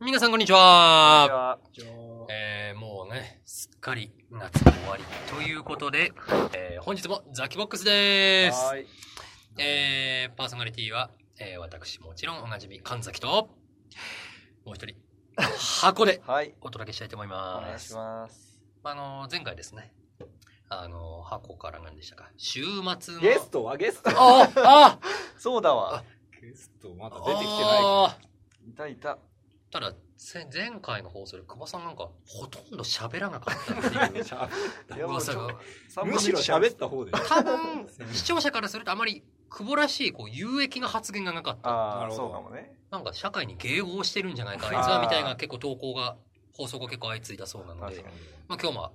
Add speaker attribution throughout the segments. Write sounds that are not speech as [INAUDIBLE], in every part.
Speaker 1: 皆さんこんにちは。
Speaker 2: は
Speaker 1: えー、もうね、すっかり夏も終わりということで、えー、本日もザキボックスでーす。
Speaker 2: い。
Speaker 1: えー、パーソナリティは、えー、私もちろんおなじみ神崎と、もう一人、箱で
Speaker 2: はい。
Speaker 1: お届けしたいと思い
Speaker 2: お
Speaker 1: ます。
Speaker 2: 願いします。
Speaker 1: まああのー、前回ですね、あのー、箱から何でしたか、週末の、
Speaker 2: ゲストはゲスト
Speaker 1: ああ
Speaker 2: そうだわ。
Speaker 3: ゲストま
Speaker 1: あ
Speaker 3: だ出てきてない
Speaker 2: いたいた。
Speaker 1: ただ、せ前回の放送で久保さんなんかほとんど喋らなかったっていう
Speaker 3: いから
Speaker 2: いやもうち
Speaker 1: 噂
Speaker 2: ょ
Speaker 1: が。
Speaker 2: 三分の
Speaker 3: むしろ
Speaker 2: 一
Speaker 3: 喋った方で
Speaker 1: 多分、視聴者からするとあまり久保らしいこう有益な発言がなかった。
Speaker 2: あ
Speaker 3: なる
Speaker 2: あ、
Speaker 3: ほ
Speaker 2: そ
Speaker 3: ど
Speaker 2: うかもね。
Speaker 1: なんか社会に迎合してるんじゃないか、あいつ
Speaker 2: あ
Speaker 1: は
Speaker 2: ー
Speaker 1: みたいな結構投稿が、放送が結構相次いだそうなので
Speaker 2: 確、かに
Speaker 1: まあ今日も、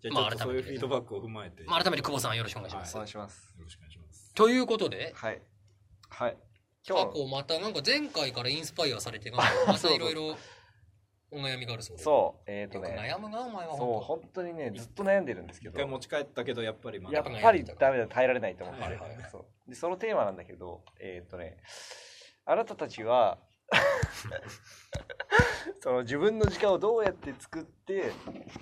Speaker 3: じゃあ
Speaker 1: まあ
Speaker 3: ちょっとそうい
Speaker 1: 改めて
Speaker 3: うフィードバックを踏まえて、
Speaker 1: まあ、改めて
Speaker 3: よ
Speaker 1: 久保さんよろしくお願いしま
Speaker 2: お
Speaker 1: す。
Speaker 2: 願いします。
Speaker 3: ろしくお願いします
Speaker 1: ということで、
Speaker 2: はい。はい。今
Speaker 1: 過
Speaker 2: 日、
Speaker 1: 去またなんか前回からインスパイアされてなんかまたいろいろお悩みがあるそうで。
Speaker 2: そう、えっと
Speaker 1: よく
Speaker 2: ね、
Speaker 1: 悩むな、お前は
Speaker 2: そう、
Speaker 1: 本
Speaker 2: 本当にね、ずっと悩んでるんですけ
Speaker 3: 一
Speaker 2: ど
Speaker 3: 回、持ち帰ったけどやっぱりまだ
Speaker 2: やっぱりダメだ、耐えられないと思って
Speaker 3: はい
Speaker 2: る
Speaker 3: はいは。
Speaker 2: そうでそのテーマなんだけど、えっとね、あなたたちは、 [LAUGHS] その自分の時間をどうやって作って、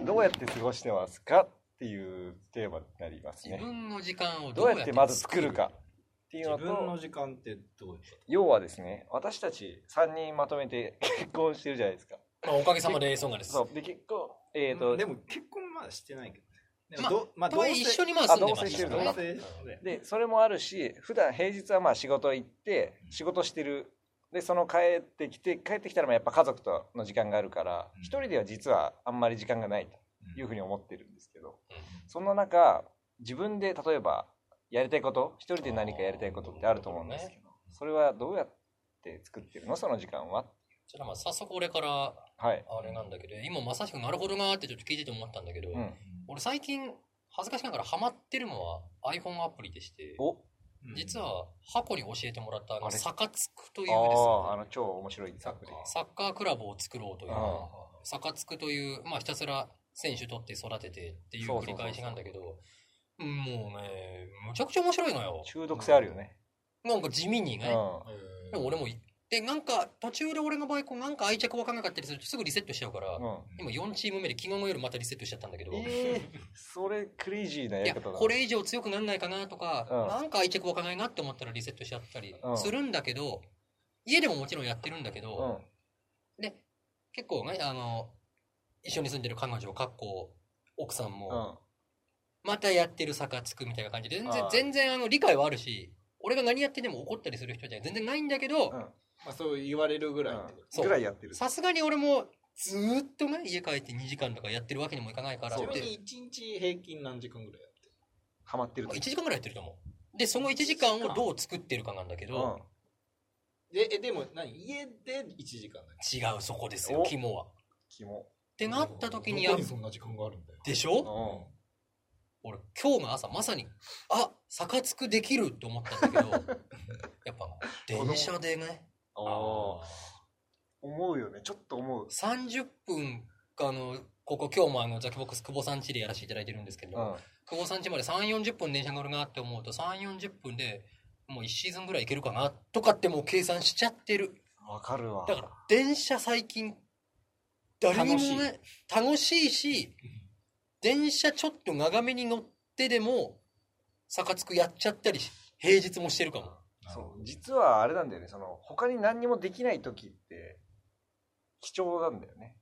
Speaker 2: どうやって過ごしてますかっていうテーマになります
Speaker 1: 当。自
Speaker 2: ね。
Speaker 1: 分の時間を
Speaker 2: どうやってまず作る。かっていう
Speaker 3: 自
Speaker 2: の
Speaker 3: 分の
Speaker 2: と
Speaker 3: 時間ってどうですか
Speaker 2: 要はですね私たち3人まとめて結婚してるじゃないですか
Speaker 1: まあ、おかげさまでそうなんです。
Speaker 2: そうで結婚えっ、と
Speaker 3: でも結婚まだしてないけどねで
Speaker 1: ま
Speaker 3: も
Speaker 1: あ
Speaker 3: どまあ
Speaker 1: とはいえ
Speaker 3: どう
Speaker 1: 一
Speaker 3: せ
Speaker 1: 緒にまあ住んでま
Speaker 2: 同棲
Speaker 1: し
Speaker 2: したて
Speaker 1: か
Speaker 2: る
Speaker 1: ら
Speaker 2: の
Speaker 1: ね
Speaker 3: ど
Speaker 2: か
Speaker 3: うせね
Speaker 2: でそれもあるし普段平日はまあ仕事行って仕事してるでその帰ってきて帰ってきたらまあやっぱ家族との時間があるから
Speaker 3: うん
Speaker 2: 一、人では実はあんまり時間がないと
Speaker 3: う
Speaker 2: い
Speaker 3: ん
Speaker 2: うふうに思ってるんですけど、
Speaker 1: うん
Speaker 2: そんな中自分で例えばやりたいこと一人で何かやりたいことってあると思うんですけどそれはどうやって作ってるのその時間は
Speaker 1: じゃあまあ早速俺から
Speaker 2: はい
Speaker 1: あれなんだけど、今まさしくなるほどなーってちょっと聞いてて思ったんだけど、
Speaker 2: うん
Speaker 1: 俺最近恥ずかしながらハマってるのは iPhone アプリでして、
Speaker 2: お
Speaker 3: うん
Speaker 1: 実は箱に教えてもらったあの
Speaker 2: あれ
Speaker 1: サカツクというです
Speaker 2: あああ
Speaker 1: ね、
Speaker 2: の超面白いサップで
Speaker 1: サッカークラブを作ろうという、
Speaker 2: あ
Speaker 1: サカツクという、まあひたすら選手取って育ててっていう
Speaker 2: そうそ
Speaker 1: 繰
Speaker 2: うそう
Speaker 1: り返しなんだけど、うんもうね、むちゃくちゃ面白いのよ。
Speaker 2: 中毒性あるよね
Speaker 1: なんか地味に
Speaker 2: う
Speaker 1: ね。
Speaker 2: ん
Speaker 1: でも俺も行って、なんか途中で俺の場合、こうなんか愛着わかんなかったりするとすぐリセットしちゃうから、
Speaker 2: うん
Speaker 1: 今4チーム目で昨日の夜またリセットしちゃったんだけど、
Speaker 2: えー [LAUGHS] それクレイジーないやり
Speaker 1: や、
Speaker 2: 方だな
Speaker 1: これ以上強くなんないかなとか、
Speaker 2: うん
Speaker 1: なんか愛着湧かないなって思ったらリセットしちゃったり
Speaker 2: うん
Speaker 1: するんだけど、家でももちろんやってるんだけ
Speaker 2: う
Speaker 1: ど、
Speaker 2: ん
Speaker 1: で、結構ね、あの、一緒に住んでる彼女、かっこ奥さん
Speaker 2: う
Speaker 1: も、
Speaker 2: ん
Speaker 1: またやってるサカつくみたいな感じで、全然
Speaker 2: あ、ー
Speaker 1: 全然あの、理解はあるし、俺が何やってても怒ったりする人じゃ全然ないんだけど、
Speaker 2: うん
Speaker 3: まあそう言われるぐらいってこと
Speaker 1: そう
Speaker 2: ぐらいやってる
Speaker 1: さすがに俺もずーっとね、家帰って2時間とかやってるわけにもいかないから、
Speaker 3: 自
Speaker 1: で
Speaker 3: 分に一日平均何時間ぐらいやってる
Speaker 2: ハマってる
Speaker 1: ま
Speaker 2: と
Speaker 1: あ1時間ぐらいやってると思う。で、その1時間をどう作ってるかなんだけ
Speaker 2: うん
Speaker 1: ど、
Speaker 3: でえでも何家で一時間だっけ
Speaker 1: 違う、そこですよ、
Speaker 2: お
Speaker 1: 肝は。っ
Speaker 2: キモ
Speaker 1: てなった時に
Speaker 3: ど
Speaker 1: や
Speaker 3: こにそんな時間があるんだよ
Speaker 1: でし
Speaker 2: う
Speaker 1: ょ
Speaker 2: ん
Speaker 1: 俺、今日の朝、まさに、あ、サカつくできるって思ったんだけど、 [LAUGHS] やっぱ、電車でね、
Speaker 2: ああ思うよねちょっと思う
Speaker 1: 30分、あの、ここ今日もあの、ザキボックス久保さん家でやらせていただいてるんですけど、
Speaker 2: うん
Speaker 1: 久保さん家まで3、40分電車乗るなって思うと、3、40分で、もう1シーズンぐらいいけるかなとかってもう計算しちゃってる。
Speaker 2: わかるわ
Speaker 1: だから、電車最近、誰にもね、楽しいし、電車ちょっと長めに乗ってでも、サカつくやっちゃったりし、平日もしてるかも。
Speaker 2: そう実はあれなんだよねその他に何にもできない時って貴重なんだよ
Speaker 1: [LAUGHS]
Speaker 2: ね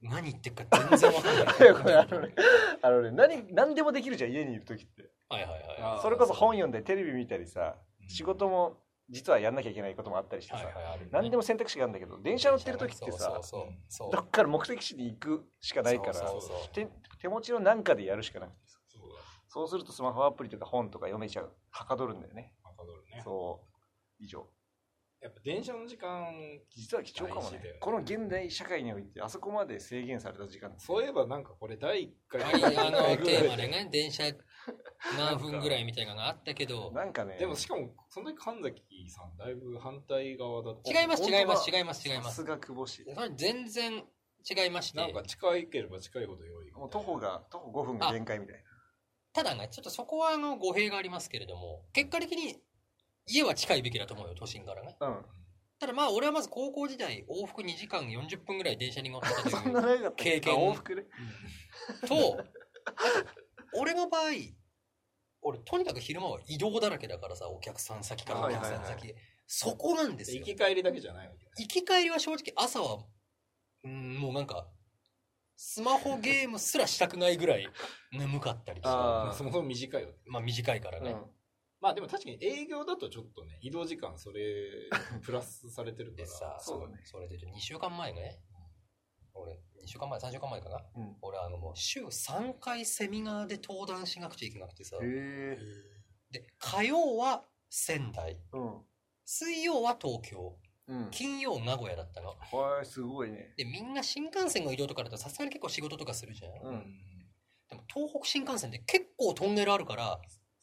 Speaker 1: 何言ってるか全然わかんない。
Speaker 2: いや [LAUGHS] これあのねあのね何何でもできるじゃん家にいる時って
Speaker 1: はいはい
Speaker 3: あ
Speaker 1: は
Speaker 3: ー
Speaker 2: それこそ本読んでテレビ見たりさ
Speaker 3: うん
Speaker 2: 仕事も実はやんなきゃいけないこともあったりして
Speaker 1: い。はい
Speaker 2: さ
Speaker 1: はい、ある、
Speaker 2: 何でも選択肢があるんだけど電車乗ってる時って
Speaker 1: そ
Speaker 2: さ
Speaker 1: うそうそう。
Speaker 2: どっから目的地に行くしかないから
Speaker 1: そうそうそう
Speaker 2: 手手持ちの何かでやるしかなくてさ
Speaker 3: そうだ
Speaker 2: そうするとスマホアプリとか本とか読めちゃうはかどるんだよね
Speaker 3: はかどるね
Speaker 2: そう以上
Speaker 3: やっぱ電車の時間
Speaker 2: 実は貴重かもね
Speaker 3: 大事だよね
Speaker 2: この現代社会においてあそこまで制限された時間って
Speaker 3: そういえばなんかこれ第1回
Speaker 1: はい、
Speaker 2: [LAUGHS]
Speaker 1: あの、テーマ
Speaker 3: で
Speaker 1: でね、電車何分ぐらいみたいなのがあったけど、
Speaker 2: [LAUGHS] なんかね
Speaker 3: もしかもその時神崎さんだいぶ反対側だった
Speaker 1: 違います、
Speaker 2: 本当
Speaker 1: 違
Speaker 2: だ
Speaker 1: います、違います、違いま
Speaker 2: さ
Speaker 1: す
Speaker 2: す。が久保氏
Speaker 1: それ全然違いまして
Speaker 3: なん、か近いければ近いほど良い
Speaker 2: もう徒歩が徒歩5分が限界みたいな
Speaker 1: ただね、ちょっとそこはあの語弊がありますけれども、結果的に家は近いべきだと思うよ、都心からね。
Speaker 2: うん
Speaker 1: ただまあ俺はまず高校時代往復2時間40分ぐらい電車に乗った
Speaker 3: [LAUGHS]
Speaker 1: とい
Speaker 2: そん
Speaker 1: う
Speaker 2: な長かった
Speaker 1: 経験
Speaker 2: あ往復ね。
Speaker 1: と、あと俺の場合、俺とにかく昼間は移動だらけだからさ、お客さん先からお客さん
Speaker 3: はいはい
Speaker 1: 先へ。そこなんです
Speaker 3: 行
Speaker 1: よ。
Speaker 3: き帰りだけじゃないわけね
Speaker 1: 行き帰りは正直朝は、うん、もうなんか、スマホゲームすらしたくないぐらい眠かったりとか、
Speaker 2: あー
Speaker 3: そもそも短いよね
Speaker 1: まあ短いから
Speaker 2: う
Speaker 1: ね。
Speaker 2: ん
Speaker 3: まあでも確かに営業だとちょっとね移動時間それプラスされてるか
Speaker 1: で
Speaker 3: ら
Speaker 1: さ、
Speaker 2: そう
Speaker 1: そ
Speaker 2: だね
Speaker 1: それで2週間前ね、俺、2週間前、3週間前かな、
Speaker 2: うん
Speaker 1: 俺、あのもう週3回セミナーで登壇しなくちゃいけなくてさ、
Speaker 2: へえ。
Speaker 1: で、火曜は仙台、
Speaker 2: うん。
Speaker 1: 水曜は東京、
Speaker 2: うん。
Speaker 1: 金曜名古屋だったの。
Speaker 2: はい、すごいね。
Speaker 1: で、みんな新幹線の移動とかだとさすがに結構仕事とかするじゃん。
Speaker 2: う。
Speaker 3: うんん
Speaker 1: でも東北新幹線って結構トンネルあるから、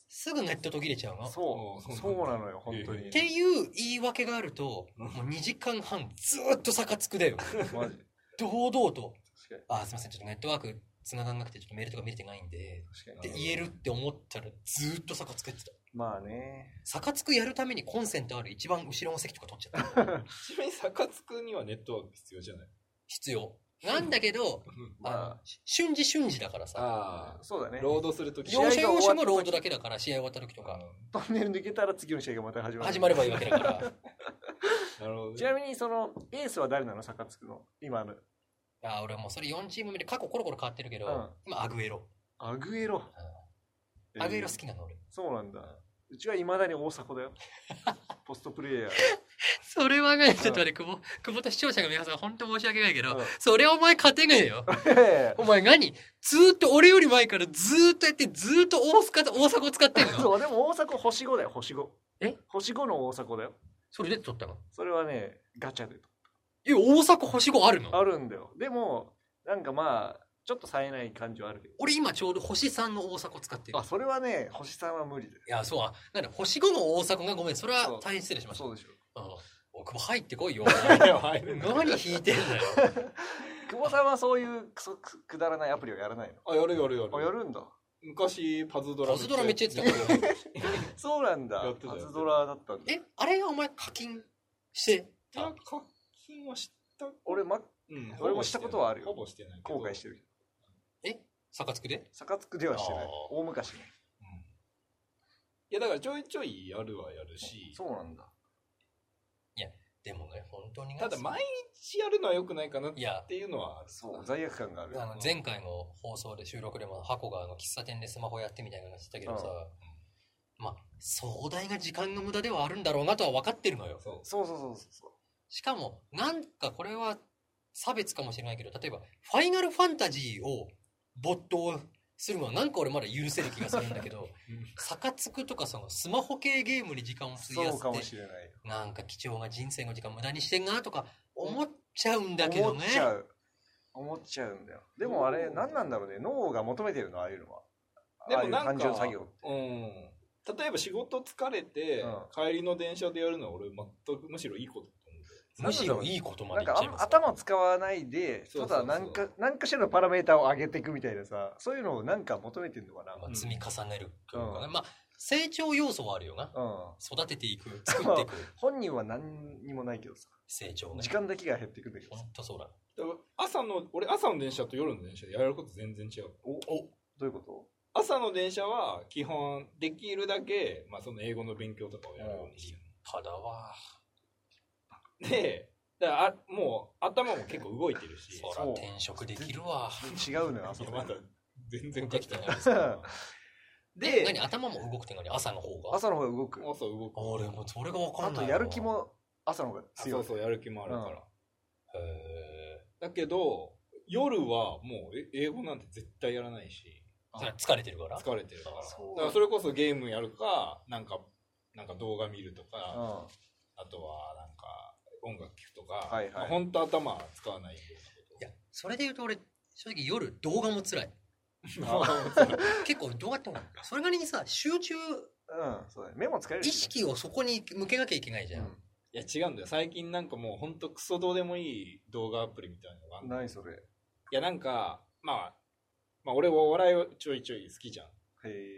Speaker 1: すぐネット途切れちゃうの。っ
Speaker 2: そう、
Speaker 3: そう
Speaker 2: そうなのよ、本当に。
Speaker 1: ていう言い訳があると、もう2時間半ずーっと坂つくだよ。
Speaker 2: マジ。
Speaker 1: 堂々と。
Speaker 2: 確かに。
Speaker 1: あ、すいません、ちょっとネットワーク繋がんなくて、ちょっとメールとか見れてないんで、
Speaker 2: 確
Speaker 1: っ
Speaker 2: か
Speaker 1: て
Speaker 2: に。
Speaker 1: 言えるって思ったら、ずーっと坂つくやってた。
Speaker 2: まあね。
Speaker 1: 坂つくやるためにコンセントある一番後ろの席とか取っちゃった。 [LAUGHS]
Speaker 3: ちなみに坂津くんにはネットワーク必要じゃない
Speaker 1: 必要。なんだけど、あ
Speaker 2: ま
Speaker 1: の、瞬時瞬時だからさ。
Speaker 3: あ
Speaker 2: あ、そうだね。
Speaker 3: ロードするとき
Speaker 2: 試合が
Speaker 1: 要所
Speaker 2: 終わ
Speaker 1: 要
Speaker 2: った
Speaker 1: 所のロードだけだから、試合終わった時とか、
Speaker 2: トンネル抜けたら次の試合がまた始まる。
Speaker 1: 始まればいいわけだ
Speaker 2: [LAUGHS]
Speaker 1: から。
Speaker 3: なるほどね
Speaker 2: ちなみに、その、エースは誰なの坂津くの。今の。
Speaker 1: あー俺はもうそれ4チーム目で過去コロコロ変わってるけど、
Speaker 2: うん
Speaker 1: 今アグエロ。
Speaker 2: アグエロ。
Speaker 1: アグエロ好
Speaker 2: えー
Speaker 1: きなの俺。
Speaker 2: そうなんだ。うちはいまだに大迫
Speaker 1: [LAUGHS]
Speaker 2: だよ。ポストプレイヤー。
Speaker 1: それはね、ちょっと待って、久保、久保田視聴者の皆さん、本当申し訳ないけど、
Speaker 2: うん
Speaker 1: それはお前勝てねえよ。
Speaker 2: ええ
Speaker 1: お前何ずーっと俺より前からずーっとやってずーっと大阪大阪を使ってんの
Speaker 2: そう、でも大迫星5だよ、星5。
Speaker 1: え
Speaker 2: 星5の大迫だよ。
Speaker 1: それで取ったの
Speaker 2: それはね、ガチャで。
Speaker 1: え大阪星5あるの
Speaker 2: あるんだよ。でも、なんかまあ、ちょっと冴えない感じはあるけど。
Speaker 1: 俺今ちょうど星3の大阪使ってる
Speaker 2: あ、それはね、星さんは無理だよ。
Speaker 1: いやそうあなんだ星5の大阪がごめんそれは大変失礼しました
Speaker 2: そうでしょ。
Speaker 1: うんお久保入ってこいよ
Speaker 3: 入るの
Speaker 1: 何引いてんだよ
Speaker 2: 久保さんはそういうくそくくだらないアプリをやらないの。
Speaker 3: あやるやるやる
Speaker 2: あ、やるんだ。
Speaker 3: 昔パズドラ
Speaker 1: パズドラめっちゃやってたけど
Speaker 2: そうなんだ
Speaker 3: やって。た
Speaker 2: パ
Speaker 3: やってた
Speaker 2: ズドラだったんだ。
Speaker 1: えあれお前課金して
Speaker 3: いや課金はした
Speaker 2: 俺、ま、
Speaker 3: うん
Speaker 2: 俺もしたことはあるよ
Speaker 3: ほぼしてないけど
Speaker 2: 後悔してる。
Speaker 1: え坂津区で
Speaker 2: 逆つくではしてな
Speaker 1: あ
Speaker 2: い
Speaker 1: ー。
Speaker 2: 大昔ね。
Speaker 3: いやだからちょいちょいやるはやるし
Speaker 2: そうなんだ。
Speaker 1: でもね本当に
Speaker 3: ただ毎日やるのは良くないかなっ
Speaker 1: いや
Speaker 3: ていうのはある
Speaker 2: そう、罪悪感がある。
Speaker 1: あの前回の放送で収録でも箱があの喫茶店でスマホやってみたいな話したけどさ、まあ壮大な時間の無駄ではあるんだろうなとは分かってるのよ
Speaker 3: そう
Speaker 2: そうそうそうそうそう。
Speaker 1: しかもなんかこれは差別かもしれないけど例えば「ファイナルファンタジー」を没頭するのはなんか俺まだ許せる気がするんだけ
Speaker 2: [LAUGHS]
Speaker 1: ど
Speaker 3: うん
Speaker 1: 「サカつく」とかそのスマホ系ゲームに時間を費や
Speaker 2: そうかも
Speaker 1: し
Speaker 2: してれない。
Speaker 1: なんか貴重な人生の時間無駄にしてんなとか思っちゃうんだけど
Speaker 2: 思っ
Speaker 1: ね
Speaker 2: ちゃう。思っちゃうんだよ。でもあれ、何なんだろうね。脳が求めてるの、ああいうのは。
Speaker 3: でもなん
Speaker 2: あ
Speaker 3: か
Speaker 2: あいう単純作業って。
Speaker 3: うん例えば仕事疲れて、
Speaker 2: うん
Speaker 3: 帰りの電車でやるのは俺全くむしろいいことだと思う
Speaker 1: むしろいいことま
Speaker 2: な
Speaker 1: で
Speaker 2: ん
Speaker 1: 言
Speaker 2: か
Speaker 1: っ
Speaker 2: あ
Speaker 1: ちゃい
Speaker 2: ん
Speaker 1: ます
Speaker 2: 頭を使わないで
Speaker 3: そ
Speaker 2: た
Speaker 3: うそう
Speaker 2: だ
Speaker 3: そう
Speaker 2: 何か何かしらのパラメーターを上げていくみたいなさそういうのをなんか求めてんのかな
Speaker 1: まあ、積み重ねるというかね、
Speaker 2: う
Speaker 1: まあ成長要素はあるよな
Speaker 2: うん
Speaker 1: 育てていく作っていく
Speaker 2: 本人は何にもないけどさ
Speaker 1: 成長ね
Speaker 2: [LAUGHS] 時間だけが減っていくんだけど
Speaker 1: ほ
Speaker 2: さ
Speaker 1: んとそうだ
Speaker 3: だから朝の俺朝の電車と夜の電車でやること全然違う
Speaker 2: おどういうこ
Speaker 3: 朝の電車は基本できるだけ、まあ、その英語の勉強とかをやるようにして
Speaker 1: ただわ
Speaker 3: るでだからあもう頭も結構動いてるし
Speaker 1: そら転職できるわ
Speaker 2: と違うのよ朝
Speaker 3: いや
Speaker 2: と
Speaker 3: まだ全然
Speaker 1: で
Speaker 3: で
Speaker 1: き
Speaker 3: き
Speaker 1: て
Speaker 3: て
Speaker 1: な
Speaker 3: ないい
Speaker 1: です
Speaker 2: か
Speaker 1: で
Speaker 3: [LAUGHS] で
Speaker 1: 何頭も動くって何朝の方が
Speaker 2: 朝の方が動く
Speaker 3: 朝動く
Speaker 1: 俺もそれが分か
Speaker 2: あ
Speaker 1: んな
Speaker 2: と
Speaker 1: い
Speaker 2: やる気も朝の方が
Speaker 3: あ
Speaker 2: 強
Speaker 3: そ
Speaker 2: いう
Speaker 3: そうやる気もあるから、
Speaker 2: うん
Speaker 1: へえ
Speaker 3: だけど夜はもうえ英語なんて絶対やらないし
Speaker 1: それは疲れてるから
Speaker 3: 疲れてるから
Speaker 2: そう
Speaker 3: だからそれこそゲームやるかなんかなんか動画見るとか、
Speaker 2: うんは
Speaker 3: あとはなんか音楽聴くとか、
Speaker 2: はいはい
Speaker 3: まあ本当頭使わないよ
Speaker 1: いやそれで言うと俺正直夜動画も辛い
Speaker 3: [LAUGHS]
Speaker 1: 結構動画ってそれなりにさ集中
Speaker 2: うんそうだね目も疲れる
Speaker 1: 意
Speaker 2: し
Speaker 1: 識をそこに向けなきゃいけないじゃん、
Speaker 2: う
Speaker 3: いや違うんだよ最近なんかもう本当クソどうでもいい動画アプリみたいなのがあん
Speaker 2: ん
Speaker 3: のい
Speaker 2: 何それへ
Speaker 3: やなんか、まあ、まあ俺はお笑いをちょいちょい好きじゃん
Speaker 2: え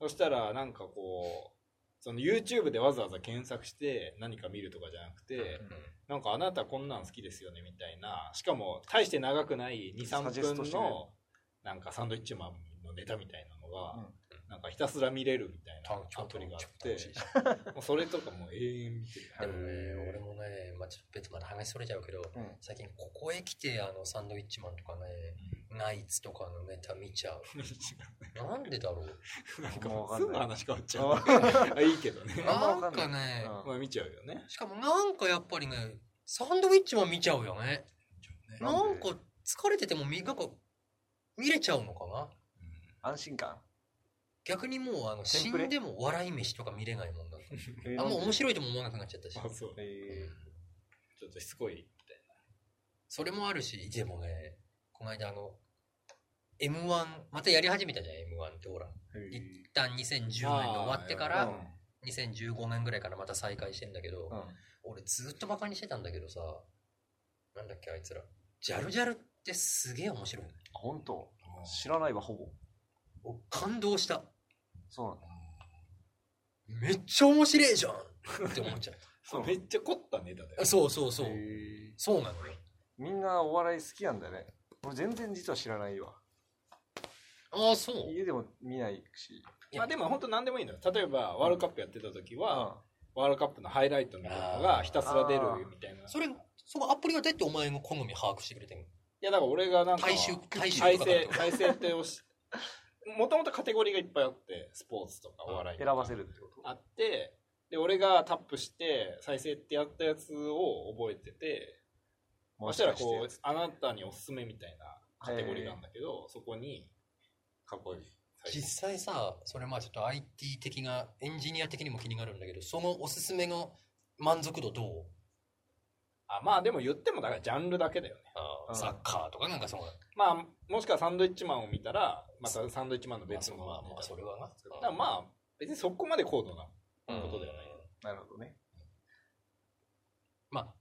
Speaker 3: そしたらなんかこうその YouTube でわざわざ検索して何か見るとかじゃなくて、なんかあなたこんなん好きですよねみたいな、しかも大して長くない2、
Speaker 2: サジェス
Speaker 3: 3
Speaker 2: ト
Speaker 3: 分
Speaker 2: してくれる
Speaker 3: のなんかサンドイッチマンのネタみたいなのが、
Speaker 2: うん
Speaker 3: なんかひたすら見れるみたい
Speaker 1: た
Speaker 3: なアプリがあっ
Speaker 1: 超楽
Speaker 3: て
Speaker 1: しいし、
Speaker 3: もうそれとかもう永遠見てる。
Speaker 1: でもね、俺もね、まあ、ちょっと別まだ話それちゃうけど、
Speaker 2: うん
Speaker 1: 最近ここへ来てあのサンドイッチマンとかね、ナイツとかのネタ見ちゃ
Speaker 2: [LAUGHS]
Speaker 1: う。なんでだろう。
Speaker 3: なんか
Speaker 2: もうわかんない
Speaker 3: すぐ話変わっちゃ
Speaker 2: あ
Speaker 3: [LAUGHS] う。あいいけどね。
Speaker 2: あんまわ
Speaker 1: な
Speaker 2: か
Speaker 1: ん
Speaker 2: んない
Speaker 1: かね、
Speaker 2: うん
Speaker 3: まあ見ちゃうよね。
Speaker 1: しかもなんかやっぱりね、サンドイッチマン見ちゃうよね。
Speaker 2: な
Speaker 1: なん
Speaker 2: で
Speaker 1: んか疲れててもみなんか見れちゃうのかな。
Speaker 2: 安心感
Speaker 1: 逆にもうあの
Speaker 2: テ
Speaker 1: 死
Speaker 2: ンプレ
Speaker 1: んでも笑い飯とか見れないもんなんか
Speaker 2: え
Speaker 1: あんま面白いとも思わなくなっちゃったし
Speaker 3: あ、そう。
Speaker 2: え
Speaker 3: ちょっとしつこい。
Speaker 1: それもあるしでもねこの間あの m 1またやり始めたじゃん m 1ってほら
Speaker 2: ー
Speaker 1: 一旦2010年に終わってか
Speaker 2: う
Speaker 1: ら
Speaker 2: ん
Speaker 1: 2015年ぐらいからまた再開してんだけど
Speaker 2: うん
Speaker 1: 俺ずっとバカにしてたんだけどさなんだっけあいつらジャルジャルってすげえ面白いね
Speaker 2: 本当知らないわほぼ
Speaker 1: お感動した
Speaker 2: そうなんだ
Speaker 1: めっちゃ面白いじゃんって思っちゃっ
Speaker 2: そう
Speaker 3: めっちゃ凝ったネタだよ [LAUGHS]
Speaker 1: た。そうそうそう
Speaker 2: へー
Speaker 1: そうなのよ
Speaker 2: みんなお笑い好きなんだね俺全然実は知らないわ
Speaker 1: ああそう
Speaker 2: 家でも見ないし
Speaker 3: まあでも本当何でもいいのよ。例えばワールドカップやってた時は、ワールドカップのハイライトみたいなのがひたすら出るみたいな。
Speaker 1: それ、そのアプリはどうやってお前の好み把握してくれてんの
Speaker 3: いやだから俺がなんか
Speaker 1: 大衆、大衆
Speaker 3: 再
Speaker 1: とかだ
Speaker 3: 生
Speaker 1: と。
Speaker 3: 再生って押しもともとカテゴリーがいっぱいあってスポーツとかお笑い
Speaker 2: 選
Speaker 3: とか
Speaker 2: ばせるってこと
Speaker 3: あってで俺がタップして再生ってやったやつを覚えててそしたらこうあなたにおすすめみたいなカテゴリーなんだけどそこに過去に再生
Speaker 1: 実際さ、それまあちょっと IT 的な、エンジニア的にも気になるんだけど、そのおすすめの満足度どう
Speaker 3: あまあでも言ってもだからジャンルだけだよね
Speaker 2: うん
Speaker 1: サッカーとかなんかその、
Speaker 3: まあもしくはサンドイッチマンを見たらまたサンドイッチマンの別の
Speaker 1: まあ
Speaker 3: もの
Speaker 1: まあ
Speaker 3: を
Speaker 1: それはな
Speaker 3: だからまあ別にそこまで高度な
Speaker 2: うん
Speaker 3: ことではない
Speaker 2: なるほどね
Speaker 1: まあ、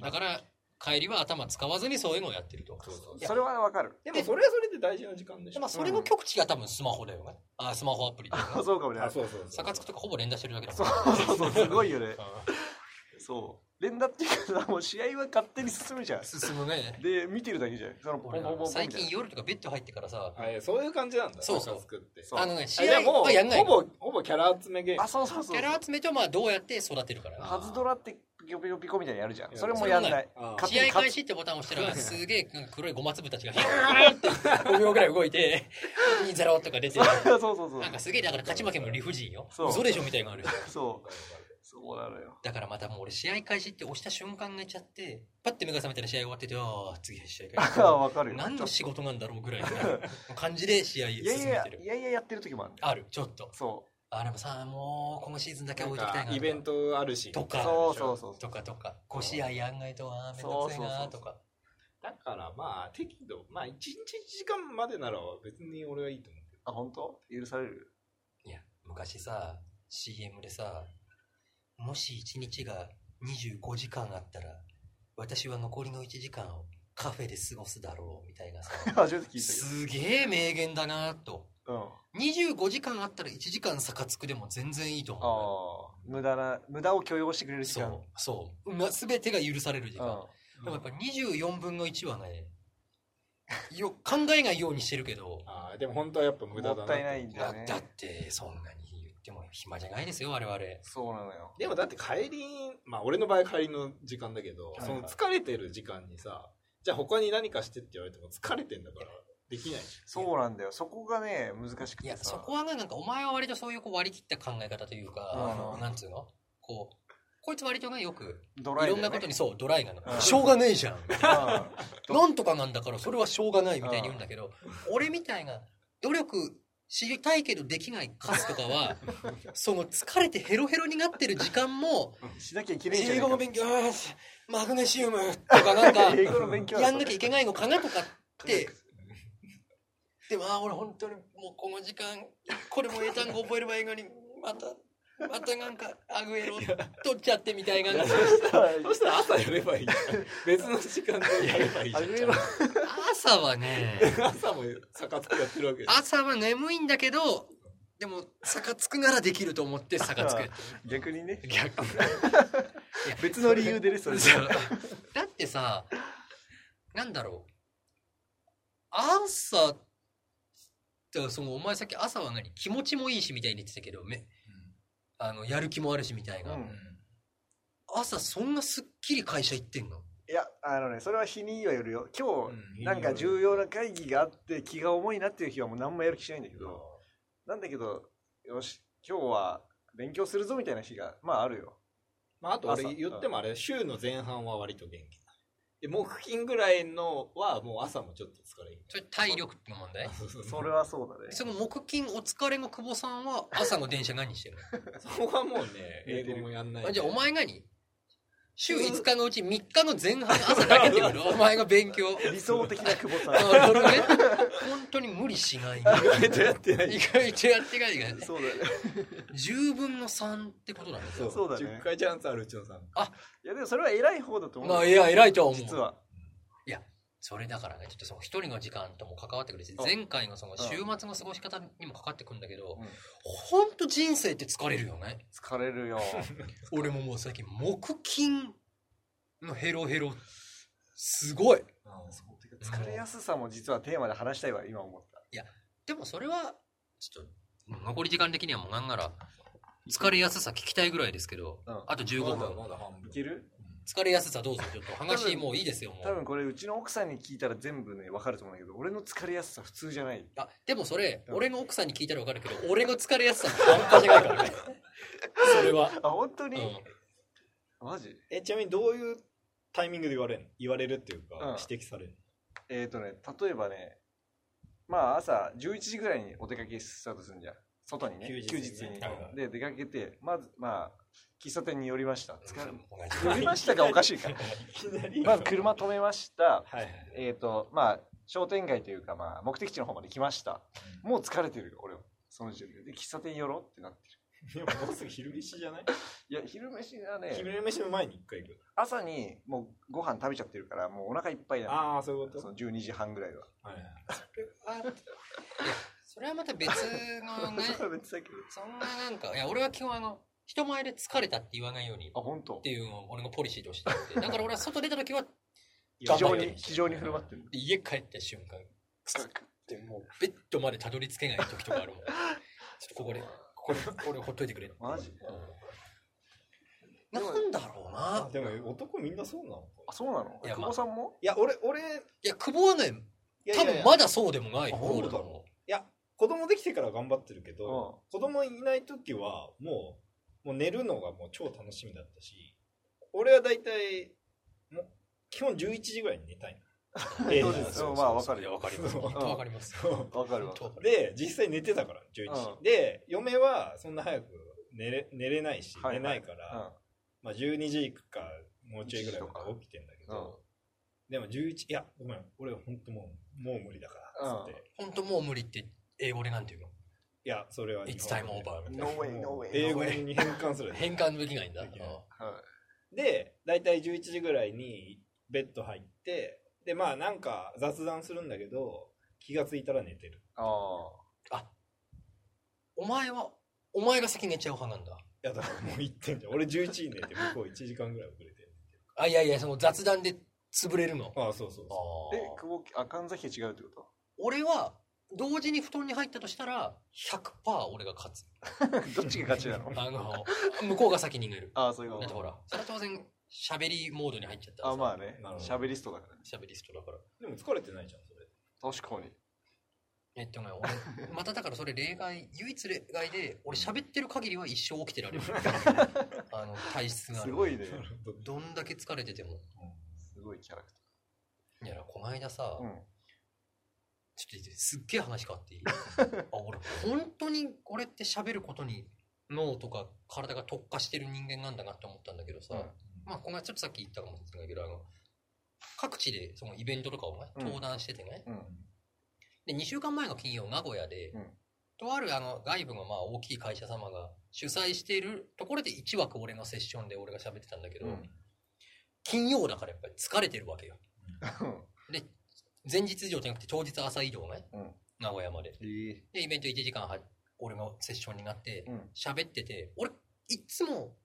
Speaker 1: だから、帰りは頭使わずにそういうのをやってると。
Speaker 3: そうそう
Speaker 1: いや
Speaker 2: それはわかる
Speaker 3: でもそれはそれで大事な時間でし
Speaker 1: で
Speaker 3: ょ
Speaker 1: まあ、それの極致が多分スマホだよね。あ、スマホアプリだ [LAUGHS] よ
Speaker 2: あ
Speaker 1: ね。
Speaker 2: そうかもね
Speaker 3: あそうそうそう
Speaker 1: サカツクとかほぼ連打してるだけだも
Speaker 2: そ
Speaker 1: ん
Speaker 2: う
Speaker 1: ね。
Speaker 2: そうそうすごいよね
Speaker 1: う
Speaker 2: そう連打っていうかもう試合は勝手に進むじゃん
Speaker 1: ん進むね。
Speaker 2: で見てるだけじゃんそのポンポ
Speaker 1: 俺
Speaker 2: ンポ
Speaker 1: ら
Speaker 2: ンポンみた
Speaker 1: 最
Speaker 2: いな
Speaker 1: 近夜とかベッド入ってからさ、
Speaker 3: あえーそういう感じなんだ
Speaker 1: そうそう
Speaker 3: サカツクって
Speaker 2: そう
Speaker 1: あのね、
Speaker 3: あ
Speaker 1: 試
Speaker 3: じゃあ
Speaker 1: 合
Speaker 3: も
Speaker 1: はやんな
Speaker 3: う
Speaker 1: い
Speaker 3: ほ
Speaker 1: の。
Speaker 3: ぼほぼキャラ集めゲー
Speaker 2: あ
Speaker 3: ム
Speaker 2: そうそうそう
Speaker 1: キャラ集めとまあどうやって育てるから
Speaker 2: ハズドラってギョピギョピコみたいなのやるじゃん
Speaker 3: や
Speaker 2: それもやん
Speaker 1: そ
Speaker 2: な
Speaker 1: れ
Speaker 2: い
Speaker 3: あ
Speaker 2: 勝
Speaker 1: 試
Speaker 2: 手に
Speaker 1: 合
Speaker 2: 勝
Speaker 1: 開
Speaker 2: つ
Speaker 1: 始ってボタンを押したらすげえ黒いゴマ粒たちがヒューって5秒ぐらい動いて2-0とか出て
Speaker 2: そうそうそう
Speaker 1: なんかすげえだから勝ち負けも理不尽よ
Speaker 2: そう
Speaker 1: 嘘でしょみたいなのがある
Speaker 2: そうそうなのよ
Speaker 1: だからまたもう俺試合開始って押した瞬間寝ちゃってパッて目が覚めたら試合終わっててああ次試合開
Speaker 2: [LAUGHS] ああ [LAUGHS] わかる
Speaker 1: 始
Speaker 2: よ
Speaker 1: 何の
Speaker 2: ち
Speaker 1: 仕事なんだろうぐらいの感じで試合進
Speaker 2: ょいやい
Speaker 1: め
Speaker 2: や
Speaker 1: て
Speaker 2: い
Speaker 1: る
Speaker 2: やいややってる時もあるんだよ
Speaker 1: あるちょっと
Speaker 2: そ
Speaker 1: あでもさもうこのシーズンだけ
Speaker 3: な
Speaker 1: 置
Speaker 3: ん
Speaker 1: いときたい
Speaker 3: か
Speaker 1: な
Speaker 3: イベントあるし
Speaker 1: と
Speaker 2: う
Speaker 1: か
Speaker 2: そうそうそう
Speaker 1: とかとか5試合やんないとあーめんどくせえなーとか
Speaker 3: だからまあ適度まあ1日1時間までなら別に俺はいいと思うけど
Speaker 2: あ本当許される [LAUGHS]
Speaker 1: いや、昔さ、CM でさ、もし一日が25時間あったら、私は残りの1時間をカフェで過ごすだろう、みたいなさ。
Speaker 2: 初めて聞いた
Speaker 1: すげえ名言だなと。
Speaker 2: けどうん
Speaker 1: 25時間あったら1時間サカつくでも全然いいと
Speaker 2: あ
Speaker 1: 思
Speaker 2: あ無駄な無駄を許容してくれ
Speaker 1: う。
Speaker 2: る時間
Speaker 1: そう、そう。ま、全てが許される時間。
Speaker 2: う
Speaker 1: でもやっぱ24分の1はね、よ考えないようにしてるけど、
Speaker 3: あーでも本当はやっぱ無駄だ
Speaker 2: もったいないんだ
Speaker 1: だ
Speaker 2: よね
Speaker 1: だってそんなに言っても暇じゃないですよ、我々。
Speaker 2: そうなのよ
Speaker 3: でもだって帰りまあ俺の場合帰りの時間だけど、
Speaker 2: はい
Speaker 3: その疲れてる時間にさじゃあ他に何かしてって言われても疲れてんだからできない
Speaker 2: そうなんだよそこがね難しく
Speaker 1: い
Speaker 2: て
Speaker 1: や、
Speaker 2: さ
Speaker 1: そこはね、なんかお前は割とそういうこう割り切った考え方というか、
Speaker 2: うん
Speaker 1: あのなんつうのこう、こいつ割とね、よく、
Speaker 2: ド
Speaker 1: い
Speaker 2: ライ
Speaker 1: ろ
Speaker 2: だ
Speaker 1: んな
Speaker 2: よね
Speaker 1: ことにそう、ドライなの
Speaker 2: うん。
Speaker 1: しょうがねえ
Speaker 2: [LAUGHS]
Speaker 1: じゃん。
Speaker 2: うん
Speaker 1: なんとかなんだから、それはしょうがないみたいに言うんだけど、俺みたいな、努力したいけどできないカスとか
Speaker 2: [LAUGHS]
Speaker 1: は、その疲れてヘロヘロになってる時間も、
Speaker 2: しなきゃいけないじゃ
Speaker 1: 英語
Speaker 2: な
Speaker 1: の
Speaker 2: い
Speaker 1: 勉強、あーマグネシウムとかなんか
Speaker 2: [LAUGHS] か。、英語の勉強だ
Speaker 1: やんなきゃいけないのかなとかって
Speaker 2: う、
Speaker 1: [LAUGHS] でも、ああ、俺本当にもうこの時間、これも英単語覚えればいいのに、また、またなんか、アグエロ取っちゃってみたいな。あ
Speaker 3: そしたら朝やればいいじゃ
Speaker 2: [LAUGHS]
Speaker 3: ん別の時間でやればいいじゃ
Speaker 2: ア
Speaker 3: ん
Speaker 2: グエロ
Speaker 1: 朝はね、
Speaker 3: 朝もサカツクやってるわけでしょ
Speaker 1: 朝は眠いんだけど、でも、サカつくならできると思って、サカつくやって
Speaker 2: 逆にね
Speaker 1: る。逆。
Speaker 2: 別の理由でねそれじゃ
Speaker 1: そうだってさ、なんだろう。朝、だからそのお前さっき朝は何気持ちもいいしみたいに言ってたけど、めあのやる気もあるしみたいな。
Speaker 2: うん
Speaker 1: 朝そんなすっきり会社行ってんの
Speaker 2: いやあのねそれは日によるよ今
Speaker 3: う
Speaker 2: 日
Speaker 3: ん
Speaker 2: なんか重要な会議があって気が重いなっていう日はもう何もやる気しないんだけどなんだけどよし今日は勉強するぞみたいな日がまああるよ
Speaker 3: まあ、あと俺
Speaker 2: 朝
Speaker 3: 言ってもあれ、週の前半は割と元気だで、木金ぐらいのはもう朝もちょっと疲れる。
Speaker 1: それ体力の問題
Speaker 2: [LAUGHS] それはそうだね
Speaker 1: その木金お疲れの久保さんは朝の電車何してる
Speaker 3: そこ
Speaker 2: [LAUGHS]
Speaker 3: はもうね、英語もやんない
Speaker 1: のあじゃあお前何週5日のうち3日の前半朝だけって
Speaker 2: [LAUGHS]
Speaker 1: ことお前が勉強。
Speaker 2: 理想的な久保さ
Speaker 1: あ
Speaker 2: ん
Speaker 1: [LAUGHS] それね、本当に無理し
Speaker 2: [LAUGHS]
Speaker 1: ない。
Speaker 2: 意外
Speaker 3: [LAUGHS]
Speaker 2: とやってない
Speaker 1: 意外とやってないからね。
Speaker 2: そうだね
Speaker 1: 10分の3ってことなんだ
Speaker 3: そう
Speaker 2: そうだね
Speaker 3: 10回チャンスあるうちのさん。
Speaker 2: いやでもそれは偉い方だと思
Speaker 1: まあ、
Speaker 2: う
Speaker 1: いや、偉いとは思う。
Speaker 2: 実は
Speaker 1: それだからね、ちょっとその一人の時間とも関わってくるし、前回のその週末の過ごし方にも関わってくるんだけど
Speaker 2: うん、
Speaker 1: ほんと人生って疲れるよね。
Speaker 2: 疲れるよ
Speaker 1: 俺ももう最近、木金のヘロヘロ、すごい。
Speaker 2: そうてか疲れやすさも実はテーマで話したいわ今思った
Speaker 1: でもそれは、ちょっと、残り時間的にはもうなんなら、疲れやすさ聞きたいぐらいですけど
Speaker 2: うん、
Speaker 1: あと15
Speaker 3: まだ
Speaker 1: 分。
Speaker 3: まだ半分
Speaker 2: い。ける
Speaker 1: 疲れやすさどうぞ、ちょっと
Speaker 2: 多
Speaker 1: 話
Speaker 2: 分
Speaker 1: もういいですよ、も
Speaker 2: 多
Speaker 1: う。
Speaker 2: 分これうちの奥さんに聞いたら全部ね分かると思うんだけど俺の疲れやすさ普通じゃない
Speaker 1: あ、でもそれ、
Speaker 2: うん
Speaker 1: 俺の奥さんに聞いたらわかるけど、俺の疲れやすさ半端じゃないから [LAUGHS] ね。それは。
Speaker 2: あ本当
Speaker 1: う
Speaker 2: に、
Speaker 1: ん
Speaker 2: マジ
Speaker 3: え、ちなみにどういうタイミングで言われん言われるっていうか
Speaker 2: うん、
Speaker 3: 指摘される
Speaker 2: えっ、ー、とね例えばねまあ朝11時ぐらいにお出かけスタートするんじゃん外にね休
Speaker 3: 休
Speaker 2: 日
Speaker 3: 日
Speaker 2: に、
Speaker 3: はいはい
Speaker 2: で出かけてまずまあ喫茶店に寄りました疲れ
Speaker 1: うん
Speaker 2: 寄りましたがおかしいから
Speaker 3: いきなり
Speaker 2: まず車止めました
Speaker 3: はいはい。
Speaker 2: えっ、ー、とまあ商店街というかまあ目的地の方まで来ましたもう疲れてるよ俺はその時点でで喫茶店寄ろうってなってる
Speaker 3: いやもうすぐ昼飯じゃない
Speaker 2: いや昼飯がね
Speaker 3: [LAUGHS] 昼飯の前に一回行く。
Speaker 2: 朝にもうご飯食べちゃってるからもうお腹いっぱいなの
Speaker 3: ああ、そういうこ
Speaker 2: そ
Speaker 3: と
Speaker 2: の12時半ぐらいは。
Speaker 3: はいはい。
Speaker 1: それはまた別の
Speaker 2: [LAUGHS]
Speaker 1: ね、
Speaker 2: 別だけど
Speaker 1: そんななんか、いや、俺は基本あの、人前で疲れたって言わないようにっ
Speaker 2: あ、本当
Speaker 1: て。いうのを俺のポリシーとしてあ
Speaker 2: [LAUGHS]
Speaker 1: って、だから俺は外出た時は、
Speaker 2: 非
Speaker 1: 頑張
Speaker 2: 常
Speaker 1: るよう
Speaker 2: に、
Speaker 1: に
Speaker 2: 非常に振る舞って [LAUGHS] る。
Speaker 1: 家帰った瞬間、
Speaker 2: カク
Speaker 1: でもうベッドまでたどり着けない時とかあるもん。ちょっとここで、ここで、これほっといてくれ。
Speaker 2: マジ
Speaker 1: うんなんだろうな
Speaker 3: あ。でも男みんなそうなの
Speaker 2: あ、そうなの
Speaker 1: いや
Speaker 2: 久
Speaker 1: まあ
Speaker 2: 保さんも
Speaker 3: いや、俺、俺、
Speaker 1: いや、久保はね、
Speaker 3: いやい
Speaker 1: 多
Speaker 3: やい
Speaker 1: 分
Speaker 3: や
Speaker 1: まだそうでもない
Speaker 2: あそ
Speaker 1: 方
Speaker 2: う
Speaker 1: だ
Speaker 2: だ
Speaker 1: と
Speaker 2: ろう
Speaker 1: 思
Speaker 3: いや、子供できてから頑張ってるけど、子供いない時は、もう、もう寝るのがもう超楽しみだったし、俺は大体、もう、基本11時ぐらいに寝たいの。え
Speaker 2: [LAUGHS]
Speaker 3: え
Speaker 2: そうです
Speaker 1: う。
Speaker 2: まあわかる
Speaker 1: いや
Speaker 2: よ
Speaker 1: わかります。
Speaker 3: そう
Speaker 1: 本当わかります。
Speaker 3: そう
Speaker 2: わかるわ。
Speaker 1: 本当
Speaker 3: [LAUGHS] で、実際寝てたから、11時。
Speaker 2: うん
Speaker 3: で、嫁はそんな早く寝れ寝れないし、
Speaker 2: はいはい
Speaker 3: 寝ないから、まあ12時か、もうちょいぐらいまで起きてんだけど、でも11、いや、ごめん、俺は本当もう、もう無理だから、つって。
Speaker 2: うん
Speaker 1: 本当もう無理って、英語でなんていうの
Speaker 3: いや、それは日本語で [LAUGHS]
Speaker 1: It's time over
Speaker 2: [LAUGHS] みたいな No way, no way,
Speaker 3: 英語に変
Speaker 2: [LAUGHS]
Speaker 3: 換する。
Speaker 1: 変換できないんだ。
Speaker 3: できない
Speaker 1: あ
Speaker 2: は
Speaker 3: で、大体11時ぐらいにベッド入って、で、まあなんか雑談するんだけど、気がついたら寝てる。
Speaker 2: ああ。
Speaker 1: お前は、お前が先に寝ちゃう派なんだ。
Speaker 3: いや、だからもう行ってんじゃん。俺11時に寝て、向こう1時間ぐらい遅れてる。
Speaker 1: あ、いやいや、その雑談で潰れるの。
Speaker 3: ああ、そうそうそ
Speaker 2: え、久保、あ、神崎違うってこ
Speaker 1: 俺は、同時に布団に入ったとしたら、100%俺が勝つ。
Speaker 2: と [LAUGHS] どっちが勝ちなの
Speaker 1: あ
Speaker 2: [LAUGHS]
Speaker 1: の、向こうが先に寝る。
Speaker 2: ああ、そういう
Speaker 1: だ
Speaker 2: こ
Speaker 1: ってほ
Speaker 2: と。
Speaker 1: ら、それは当然、喋りモードに入っちゃったら
Speaker 2: あ、
Speaker 1: さ
Speaker 2: まあね
Speaker 3: なる。ほど
Speaker 2: 喋りストだからね。
Speaker 1: 喋り人だから。
Speaker 3: う。でも疲れてないじゃん、それ。
Speaker 2: 確かに。
Speaker 1: えっとね、
Speaker 2: [LAUGHS]
Speaker 1: 俺、まただからそれ例外、唯一例外で、俺喋ってる限りは一生起きてら
Speaker 2: [LAUGHS]
Speaker 1: れる。あの、体質があ
Speaker 2: す
Speaker 1: る。
Speaker 2: ごいね。
Speaker 1: どんだけ疲れてても。
Speaker 2: すごいキャラク
Speaker 1: いや、この間さ
Speaker 2: ター。、うん。
Speaker 1: ちょっとすっげえ話変わ
Speaker 2: [LAUGHS]
Speaker 1: っていいあ俺本当に俺って喋ることに脳とか体が特化してる人間なんだなって思ったんだけどさ、
Speaker 2: うん
Speaker 1: まあこの間ちょっとさっき言ったかもしれないけどあの各地でそのイベントとかをね
Speaker 2: うん
Speaker 1: 登壇しててね、
Speaker 2: うん。
Speaker 1: で2週間前の金曜名古屋で、
Speaker 2: うん
Speaker 1: とあるあの外部のまあ大きい会社様が主催しているところで1枠俺のセッションで俺が喋ってたんだけど、
Speaker 2: うん
Speaker 1: 金曜だからやっぱり疲れてるわけよ
Speaker 2: うん
Speaker 1: で前日以上じゃなくて当日朝移動ね、
Speaker 2: うん
Speaker 1: 名古屋まで
Speaker 2: [LAUGHS] ええ。
Speaker 1: で、イベント1時間は俺のセッションになって
Speaker 2: うん
Speaker 1: 喋ってて俺いっつも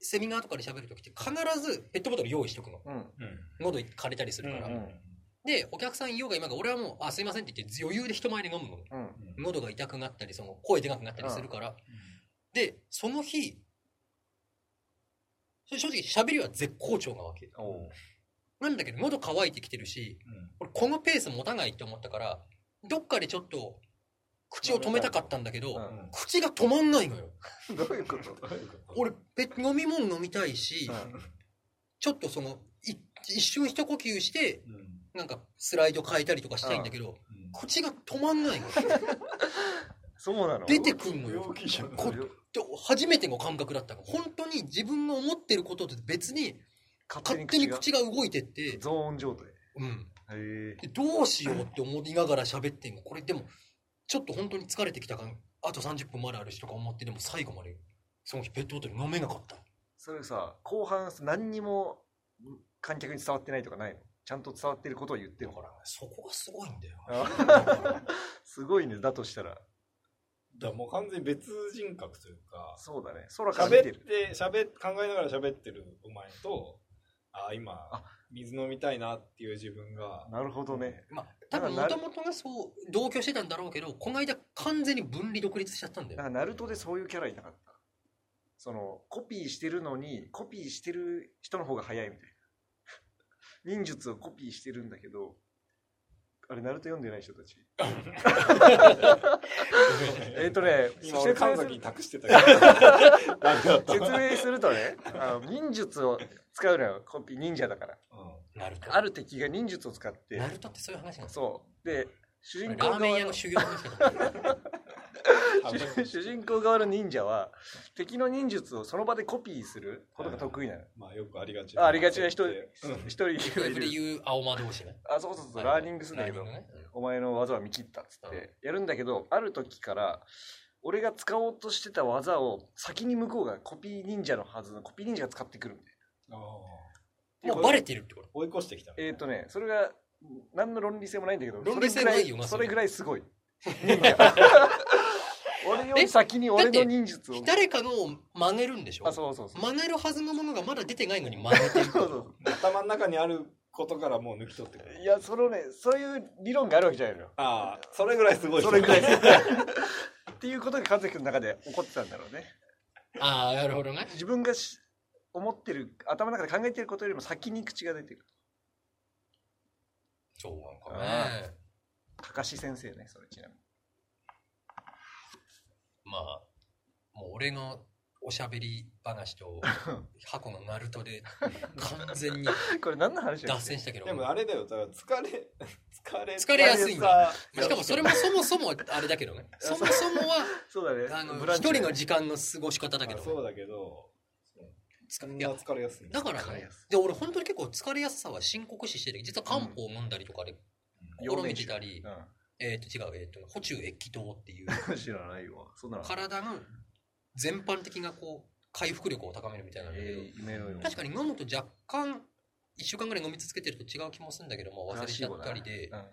Speaker 1: セミナーとかで喋る時って必ずペットボトル用意しとくの
Speaker 2: うん
Speaker 1: 喉枯れたりするから、
Speaker 2: うんうん
Speaker 1: でお客さんいようが今が俺はもう「あすいません」って言って余裕で人前で飲むの
Speaker 2: うん
Speaker 1: 喉が痛くなったりその声でかくなったりするから、でその日正直喋りは絶好調なわけ
Speaker 2: おう
Speaker 1: なんだけど喉乾いてきてるし俺このペース持たないって思ったからどっかでちょっと口を止めたかったんだけど、
Speaker 2: うん
Speaker 1: 口が止まんないのよ
Speaker 2: どういうこと
Speaker 1: 俺べ飲み物飲みたいし、
Speaker 2: うん
Speaker 1: ちょっとそのい一瞬一呼吸してなんかスライド変えたりとかしたいんだけど、口が止まんないの [LAUGHS] よ
Speaker 2: [LAUGHS] そうなの
Speaker 1: 出てくんのよ
Speaker 3: 病気じゃん
Speaker 1: こで初めての感覚だったの本当に自分の思ってることと別に勝手に口が動いてって、
Speaker 2: ゾーン状態へ
Speaker 1: うん、
Speaker 2: え
Speaker 1: でどうしようって思いながら喋ってんのこれでもちょっと本当に疲れてきたからあと30分まであるしとか思ってでも最後までその日ペットボトル飲めなかった
Speaker 2: それさ後半何にも観客に伝わってないとかないのちゃんと伝わってることを言ってる
Speaker 1: だ [LAUGHS] からねそこがすごいんだよ
Speaker 2: あ
Speaker 1: だから
Speaker 2: すごいねだとしたら
Speaker 3: だからもう完全に別人格というか
Speaker 2: そうだね空から見て
Speaker 3: 喋っ
Speaker 2: る
Speaker 3: て喋っ考えながら喋ってるお前とあ今水飲みたいなっていう自分が
Speaker 2: なるほどね
Speaker 1: まあ多分もともとがそう同居してたんだろうけどこの間完全に分離独立しちゃったんだ
Speaker 2: なん
Speaker 1: よ
Speaker 2: かナルトでそういうキャラいなかったそのコピーしてるのにコピーしてる人の方が早いみたいな [LAUGHS] 忍術をコピーしてるんだけどあれナルト読んでない人たち
Speaker 3: [LAUGHS]
Speaker 2: えっとね説明
Speaker 3: 今俺
Speaker 2: する
Speaker 3: 神崎に託してた [LAUGHS] けどなんかあった
Speaker 2: 説明するとねあの忍術を使うのよコピー忍者だから
Speaker 1: ナルト
Speaker 2: ある敵が忍術を使って
Speaker 1: ナルトってそういう話なんです
Speaker 2: そうで主
Speaker 1: ラ
Speaker 2: 人公側
Speaker 1: ーメン屋
Speaker 2: の
Speaker 1: の修行の話だから
Speaker 3: うん
Speaker 2: 主人公側の忍者は敵の忍術をその場でコピーすることが得意なの
Speaker 3: まあよくありがち
Speaker 2: あありがちな人
Speaker 3: うん
Speaker 2: 一人い
Speaker 1: ウェブで [LAUGHS]
Speaker 2: る
Speaker 1: 言う青魔同士ね
Speaker 2: あそう [LAUGHS] そうそう
Speaker 1: は
Speaker 2: ラ
Speaker 1: い
Speaker 2: ーニングするんだけど
Speaker 1: ラーニングね
Speaker 2: お前の技は見切ったっつってやるんだけどある時から俺が使おうとしてた技を先に向こうがコピー忍者のはずのコピー忍者が使ってくるみたい
Speaker 3: あー
Speaker 1: もうバレてるってこと
Speaker 3: 追い越してきた
Speaker 2: なえっ、とねそれが何の論理性もないんだけど
Speaker 1: 論理性ないよな
Speaker 2: そ
Speaker 1: そ
Speaker 2: れ
Speaker 1: れ
Speaker 2: ぐらいそ
Speaker 1: [LAUGHS]
Speaker 2: れぐらいすごい忍者俺より先に俺の忍術を
Speaker 1: 誰かのを真似るんでしょ
Speaker 2: あそうそうそう
Speaker 1: 真似るはずのものがまだ出てないのに真似
Speaker 2: [LAUGHS]
Speaker 1: てる
Speaker 2: そうそう
Speaker 3: 頭の中にあることからもう抜き取ってくる
Speaker 2: いやそのねそういう理論があるわけじゃないのよ
Speaker 3: ああそれぐらいすごい
Speaker 2: それぐらいっていうことが神崎君の中で起こってたんだろうね
Speaker 1: ああなるほどね
Speaker 2: 自分がし思ってる頭の中で考えてることよりも先に口が出てる
Speaker 1: そうなんかね
Speaker 2: かかし先生ねそれちなみに
Speaker 1: まあもう俺のおしゃべり話
Speaker 2: [LAUGHS]
Speaker 1: と箱のナルトで完全に
Speaker 2: これ何の話
Speaker 1: 脱
Speaker 2: だっけ
Speaker 1: 線したけど
Speaker 3: [LAUGHS] でもあれだよだから疲れ疲れ
Speaker 1: 疲れやすいん
Speaker 3: さ
Speaker 1: だしかもそれもそもそもあれだけどねそもそもは
Speaker 2: そうだね
Speaker 1: あの
Speaker 2: ブラン
Speaker 1: 一
Speaker 2: チで
Speaker 1: 人の時間の過ごし方だけ
Speaker 3: あそう
Speaker 1: ど
Speaker 3: だけどそん
Speaker 1: いや
Speaker 3: な疲れやすいん
Speaker 1: だから
Speaker 2: 疲れ
Speaker 1: ね
Speaker 2: やす
Speaker 1: で俺本当に結構疲れやすさは深刻視してる実は漢方を飲んだりとかで試みてたり、えっ、と違う、えっ、と、補中液糖っていう、
Speaker 2: うん、知らないわそんなの
Speaker 1: 体の全般的なこう、回復力を高めるみたいなんだけど、
Speaker 2: えー、夢のように
Speaker 1: 確かに飲むと若干、1週間ぐらい飲み続けてると違う気もするんだけど、まあ忘れちゃったりで
Speaker 2: う、ん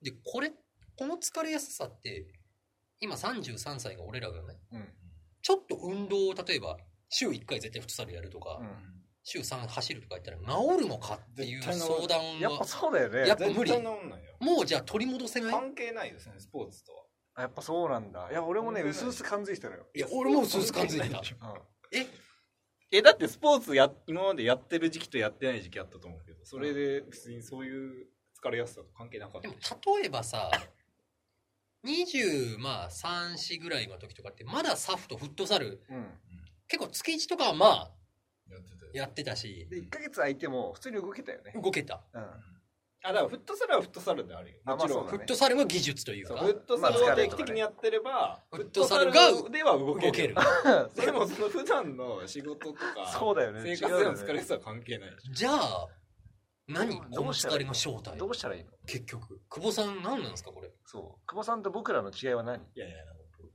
Speaker 1: で、これ、この疲れやすさって、今33歳が俺らがね、
Speaker 2: うん
Speaker 1: ちょっと運動を例えば、週1回絶対フットサルやるとか、
Speaker 2: うん
Speaker 1: 週3走るとか言ったら治るのかっていう
Speaker 3: 絶対治
Speaker 1: 相
Speaker 3: る
Speaker 1: 談
Speaker 2: やっぱ
Speaker 1: は、
Speaker 2: そうだよね
Speaker 1: やっぱ無
Speaker 3: 絶
Speaker 1: 理
Speaker 3: 対治んないよ
Speaker 1: もうじゃあ取り戻せない
Speaker 3: 関係ないですねスポーツとは
Speaker 2: やっぱそうなんだいや俺もね
Speaker 3: うん
Speaker 2: うすうす感づいてたのよ、
Speaker 1: いや、俺もうすうす感づいてた。え
Speaker 3: えだってスポーツや今までやってる時期とやってない時期あったと思うけどそれで普通にそういう疲れやすさと関係なかった
Speaker 1: でも
Speaker 3: でしょ
Speaker 1: 例えばさ23、まあ、3 4ぐらいの時とかってまだサフとフットサル
Speaker 2: うんうん、
Speaker 1: 結構月1とかはまあ
Speaker 3: やってたよ
Speaker 1: やってたし
Speaker 2: で1ヶ月空いても普通に動けたよね、
Speaker 1: 動けた
Speaker 2: うん、
Speaker 3: あだからフットサルはフットサルであるよ
Speaker 2: あ
Speaker 3: もちろん、
Speaker 2: まあ
Speaker 1: フットサルの技術という
Speaker 3: そう
Speaker 1: か
Speaker 3: フットサルを定期的にやってれば、
Speaker 1: まあ
Speaker 3: フットサ
Speaker 1: フ
Speaker 3: ル
Speaker 1: ットサルが
Speaker 3: では動
Speaker 1: 動
Speaker 3: け
Speaker 1: け
Speaker 3: る
Speaker 1: る
Speaker 3: でもその普段の仕事とか
Speaker 2: そうだよね
Speaker 3: 生活での
Speaker 2: 違う
Speaker 3: 疲
Speaker 2: よ
Speaker 3: れ
Speaker 2: ね
Speaker 3: さは関係ないじ
Speaker 1: じゃあ何
Speaker 2: どう
Speaker 1: この
Speaker 2: した
Speaker 1: 疲
Speaker 2: らいい
Speaker 1: れ
Speaker 2: の
Speaker 1: の正体
Speaker 2: どうしたらいいの
Speaker 1: 結局久保さん何なんですかこれ
Speaker 2: そう久保さんと僕らの違いは何 [LAUGHS] い
Speaker 3: ゃんいやいや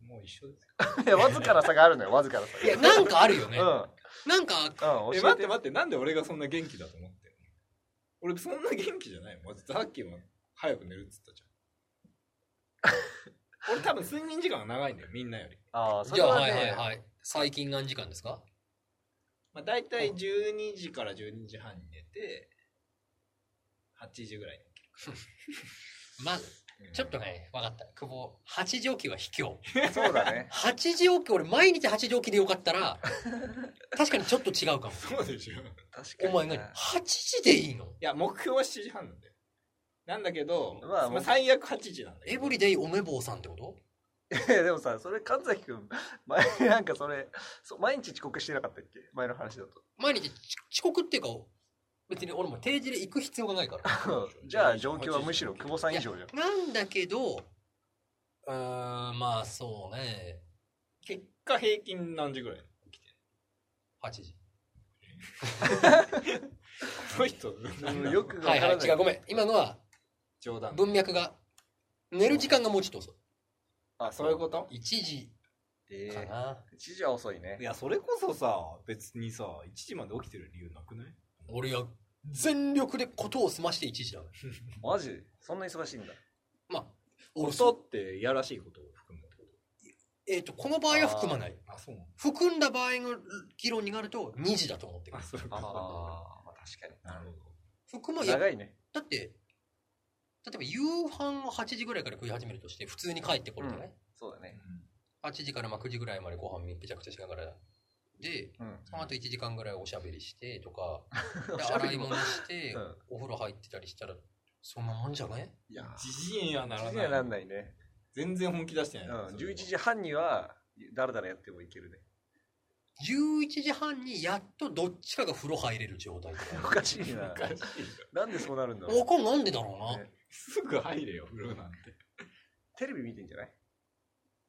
Speaker 3: もう一緒です
Speaker 2: や
Speaker 3: よ
Speaker 2: わずかな差があるのよわずかな差
Speaker 1: いやなんかあるよ
Speaker 2: う
Speaker 1: ね
Speaker 2: んうん
Speaker 1: なんか
Speaker 2: 教
Speaker 3: え
Speaker 2: え
Speaker 3: 待ってて待ってなんで俺がそんな元気だと思ってるの俺 [LAUGHS] そんな元気じゃないもんさっきも早く寝るっつったじ俺多分睡眠時間が長いんだよ、みんなより。
Speaker 2: ああ、そ
Speaker 1: じ
Speaker 2: れ
Speaker 1: ゃあ、
Speaker 2: は
Speaker 1: はい
Speaker 2: ね、
Speaker 1: はいはい。最近何時間ですか
Speaker 3: まあ、大体12時から12時半に寝て、8時ぐらいに起
Speaker 1: まあ、
Speaker 3: きる。
Speaker 1: ちょっとね、分かった。久保、8時起きは卑怯。
Speaker 2: そうだね。
Speaker 1: 8時起き、俺毎日8時起きでよかった [LAUGHS] ら、確かにちょっと違うかも。
Speaker 3: そうでしょ。い
Speaker 2: 確
Speaker 1: [LAUGHS] お
Speaker 2: か
Speaker 1: 前
Speaker 2: にな。
Speaker 1: 何 ?8 時でいいの
Speaker 3: や、目標は7時半なんだよ。なんだけど、
Speaker 2: ま
Speaker 3: ま
Speaker 2: あ
Speaker 3: あ、最悪8時なんだけど。
Speaker 1: エブリデイおめぼうさんってこと
Speaker 2: い [LAUGHS] やでもさ、それ、神崎君、前、なんかそれ、そう毎日遅刻してなかったっけ前の話だと。
Speaker 1: 毎日ち遅刻っていうか、別に俺も定時で行く必要がないから。
Speaker 2: じゃあ、状況はむしろ久保さん以上じゃん。
Speaker 1: なんだけど、うーん、まあそうね。
Speaker 3: 結果平均何時ぐらいに起きてる
Speaker 1: 8時。
Speaker 3: その人、
Speaker 2: うんよくわか
Speaker 1: はい
Speaker 2: らな。
Speaker 1: はいい、違う、ごめん。今のは
Speaker 3: 冗談。
Speaker 1: 文脈が、寝る時間がもうちょっと遅
Speaker 2: あ、
Speaker 3: そういうこと
Speaker 1: い。1時
Speaker 2: え
Speaker 1: か
Speaker 2: え。
Speaker 1: な。
Speaker 2: 一時は遅いね
Speaker 3: い。や、それこそさ、別にさ、1時まで起きてる理由なくない
Speaker 1: 俺は全力でことを済まして1時だから。
Speaker 2: マジそんな忙しいんだ。
Speaker 1: まあ、俺
Speaker 3: 音
Speaker 1: そ
Speaker 3: っていやらしいことを含むってこ
Speaker 1: えっ、と、この場合は含まない。
Speaker 3: とあ、そうなの
Speaker 1: 含んだ場合の議論になると2時だと思ってる
Speaker 3: あ、。そういう
Speaker 2: あ
Speaker 3: こ
Speaker 2: ー
Speaker 3: と
Speaker 2: まあ、確かに。
Speaker 3: なるほど。
Speaker 1: 含むいや
Speaker 2: 長いね。
Speaker 1: だって、例えば夕飯を8時ぐらいから食い始めるとして、普通に帰ってこれてね、
Speaker 2: そうだね。
Speaker 1: 8時からまあ9時ぐらいまでご飯めちゃくちゃしながら、で、
Speaker 2: うん。
Speaker 1: その後1時間ぐらいおしゃべりしてとか、
Speaker 2: [LAUGHS] お
Speaker 1: で
Speaker 2: しゃべ
Speaker 1: 洗
Speaker 2: り
Speaker 1: い
Speaker 2: も
Speaker 1: 物して
Speaker 2: う、ん
Speaker 1: お風呂入ってたりしたら、そんなもんじゃない
Speaker 2: いやー、
Speaker 3: じじいにはな
Speaker 2: 一
Speaker 3: ら
Speaker 2: 時にはな
Speaker 3: ない。
Speaker 2: んないね。
Speaker 3: 全然本気出してない。
Speaker 2: うん、
Speaker 3: それは
Speaker 2: 11時半には、だらだらやってもいけるね。
Speaker 1: ?11 時半にやっとどっちかが風呂入れる状態と
Speaker 2: [LAUGHS] お
Speaker 1: か。
Speaker 2: かしい
Speaker 3: お
Speaker 2: な。
Speaker 3: かしいよ
Speaker 2: なんでそうなるんだろ
Speaker 1: わかんなんでだろう
Speaker 2: う、
Speaker 1: な。
Speaker 2: ね
Speaker 3: すぐ入れよ、風呂なんて。
Speaker 2: テレビ見てんじゃない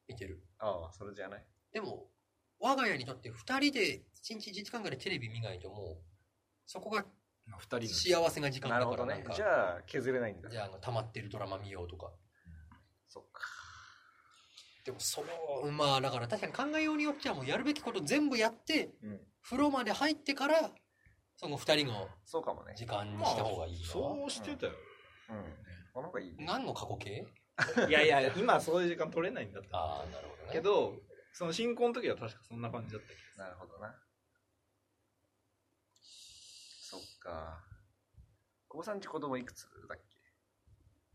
Speaker 1: 見てる。
Speaker 2: ああ、それじゃない。
Speaker 1: でも、我が家にとって2人で1日1時間ぐらいテレビ見ないともう、そこが
Speaker 3: 二人の。
Speaker 1: 幸せな時間
Speaker 2: なる
Speaker 1: だ
Speaker 2: ほ
Speaker 1: から
Speaker 2: ど
Speaker 1: なん
Speaker 2: ね
Speaker 1: か。。
Speaker 2: じゃあ、削れないんだ
Speaker 1: じ。ゃあ、あの、溜まってるドラマ見ようとか。
Speaker 2: そっか。
Speaker 1: でも、その、まあ、だから確かに考えようによっちゃ、もうやるべきこと全部やって、
Speaker 2: うん。
Speaker 1: 風呂まで入ってから、その二人の
Speaker 2: そうかもね。
Speaker 1: 時間に
Speaker 3: まあ
Speaker 1: した方がいいな。
Speaker 3: そうしてたよ。
Speaker 2: うん。この方がいいね。
Speaker 1: 何の過去形
Speaker 3: いやいや、今そういう時間取れないんだって。
Speaker 1: ああ、なるほどね。
Speaker 3: け、ど、その新婚の時は確かそんな感じだったけど。
Speaker 2: なるほどな。そっか。高三時子供いくつだっ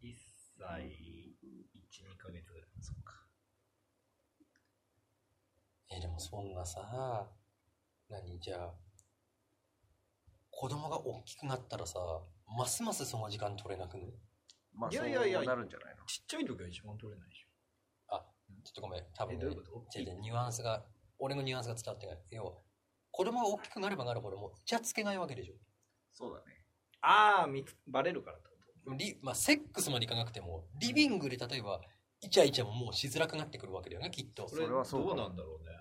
Speaker 2: け
Speaker 3: 1歳、1、2ヶ月ぐらい。
Speaker 2: そっか。
Speaker 1: え、でもそんなさ、何、じゃあ、子供が大きくなったらさ、ますますその時間取れなくね
Speaker 2: まあ、
Speaker 3: い
Speaker 2: そ
Speaker 3: やいやいや
Speaker 2: うなるんじゃないの
Speaker 3: ちっちゃい時は一番取れないでしょ。
Speaker 1: ちょっとごめん、多分、
Speaker 3: え、
Speaker 1: ね、
Speaker 3: どういうこと
Speaker 1: 違う違うニュアンスが、俺のニュアンスが伝わってない。要は、子供が大きくなればなるほど、もう、イチャつけないわけでしょ。
Speaker 2: そうだね。
Speaker 3: ああ、見つバレるからってこ
Speaker 1: リまあ、セックスまでいかなくても、リビングで例えば、イチャイチャももうしづらくなってくるわけだよね、きっと
Speaker 3: と。
Speaker 2: それはそうか
Speaker 3: ど
Speaker 2: も
Speaker 3: うなんだろうね。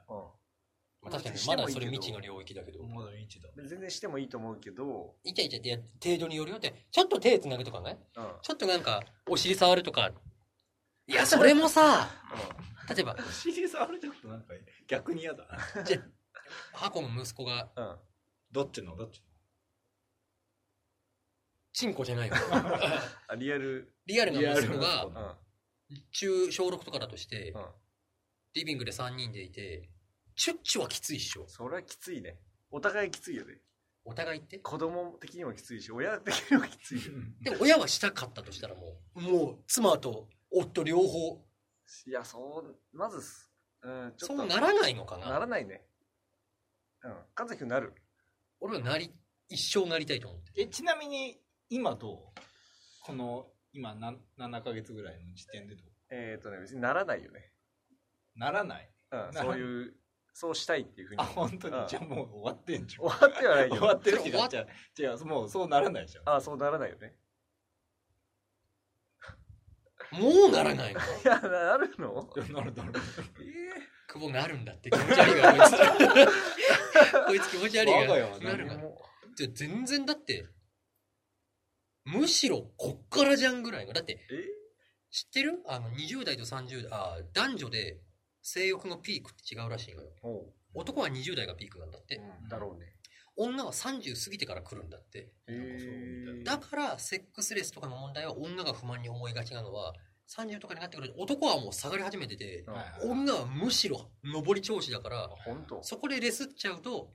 Speaker 1: ま
Speaker 2: う
Speaker 1: あ、確かに
Speaker 2: して
Speaker 1: ま
Speaker 2: もいい
Speaker 1: だそれ
Speaker 2: けど
Speaker 1: 未知の領域だけど。
Speaker 3: まだ1だ。
Speaker 2: ん。で全然してもいいと思うけど、
Speaker 1: イチャイチャってや程度によるよって、ちょっと手つなぐとかね、
Speaker 2: うん。うん。
Speaker 1: ちょっとなんか、お尻触るとか。いや、それもさ、 [LAUGHS] 例えば、
Speaker 3: お尻触るちょっとなんか逆に嫌だ。
Speaker 1: じゃハコの息子が、
Speaker 2: うん。
Speaker 3: どっちのどっち
Speaker 1: チンコじゃない [LAUGHS] よ。
Speaker 2: あ、リアル。
Speaker 1: リアル
Speaker 3: の
Speaker 1: な息子が
Speaker 2: うん。、うん。
Speaker 1: 中、小6とかだとして、リビングで3人でいて、チュッチュはきついっしょ。
Speaker 2: それはきついね。お互いきついよね。
Speaker 1: お互いって。
Speaker 2: 子供的にもきついし、親的にもきついよ。
Speaker 1: でも親はしたかったとしたらもう、もう妻と夫両方、
Speaker 2: [LAUGHS] いや、そう、まずす、うん、ちょ
Speaker 1: そ
Speaker 2: っと
Speaker 1: うならないのかな
Speaker 2: ならないね。うん。神崎君なる。
Speaker 1: 俺はなり、一生なりたいと思ってる。
Speaker 3: [LAUGHS] え、ちなみに今どうこの今な7ヶ月ぐらいの時点でどう
Speaker 2: えっ、ー、とね、別にならないよね。
Speaker 3: ならない。
Speaker 2: うん。
Speaker 3: なら
Speaker 2: そういう、そうしたいっていうふうに
Speaker 3: あ、。本当に
Speaker 2: うん。
Speaker 3: じゃあもう終わってんじ
Speaker 2: 終
Speaker 3: ゃん。
Speaker 2: わってはない
Speaker 3: 終わ
Speaker 2: よ
Speaker 3: っ。てるけど、
Speaker 1: 終
Speaker 3: じゃあ、違う、もうそうならないじゃん。
Speaker 2: ああ、そうならないよね。
Speaker 1: もうならないの
Speaker 2: いや、なるの
Speaker 3: なるなる。
Speaker 2: え
Speaker 1: 久保なるんだって気持ち悪いわ、こいつ。 [LAUGHS] こいつ気持ち悪いわ。
Speaker 3: 我が家は
Speaker 2: え
Speaker 3: 何
Speaker 1: なる
Speaker 2: 何
Speaker 1: わ。
Speaker 2: も
Speaker 1: じゃ全然だって、むしろこっからじゃんぐらいの。だって、
Speaker 2: え
Speaker 1: 知ってるあの、20代と30代、あー男女で性欲のピークって違うらしいのよ。
Speaker 2: おう、
Speaker 1: 男は20代がピークなんだって。
Speaker 2: うん、だろうね。
Speaker 1: 女は30過ぎてから来るんだって。
Speaker 3: なんかそうみた
Speaker 2: え
Speaker 3: い
Speaker 2: ー
Speaker 1: だから、セックスレスとかの問題は女が不満に思いがちなのは、 30とかになってくると男はもう下がり始めてて
Speaker 2: うん
Speaker 3: はいはい
Speaker 1: 女はむしろ上り調子だから
Speaker 2: 本当。
Speaker 1: そこでレスっちゃうと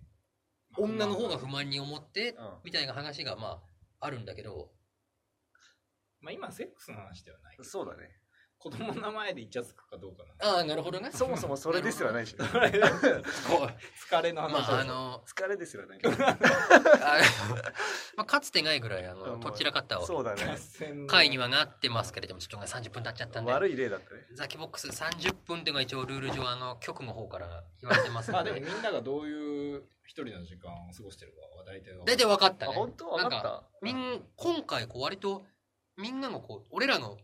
Speaker 3: まあ
Speaker 1: 女の方が不満に思って
Speaker 2: うん。
Speaker 1: みたいな話がまああるんだけど
Speaker 3: まあ今セックスの話ではないけど
Speaker 2: そうだね。
Speaker 3: 子供の前でイチャつくかどうか
Speaker 1: [LAUGHS]
Speaker 3: な
Speaker 1: ああなるほどね
Speaker 2: そもそもそれですらないし。疲
Speaker 3: 疲れの
Speaker 1: ま
Speaker 3: 話
Speaker 1: ああの
Speaker 2: れですら [LAUGHS] ない。う
Speaker 1: あ [LAUGHS] まあ、かつてないぐらいあの
Speaker 2: ん
Speaker 1: どちらかった
Speaker 2: そうだね。
Speaker 1: 回に
Speaker 3: は
Speaker 1: はなってますけれどもちょっとね30分経っちゃったんで
Speaker 2: 悪い例だったね。
Speaker 1: ザキボックス30分っていうのが一応ルール上あの局の方から言われてます
Speaker 3: ま
Speaker 1: の
Speaker 3: あでもみ
Speaker 1: で
Speaker 3: んながどういう一人の時間を過ごしてるかは大体わかる
Speaker 1: 大体分かった
Speaker 2: あ、
Speaker 1: ね
Speaker 2: 本
Speaker 1: な
Speaker 2: 当分
Speaker 1: ん
Speaker 2: かっ
Speaker 1: か
Speaker 2: た。
Speaker 1: みん今回こう割とみんなのこう俺らの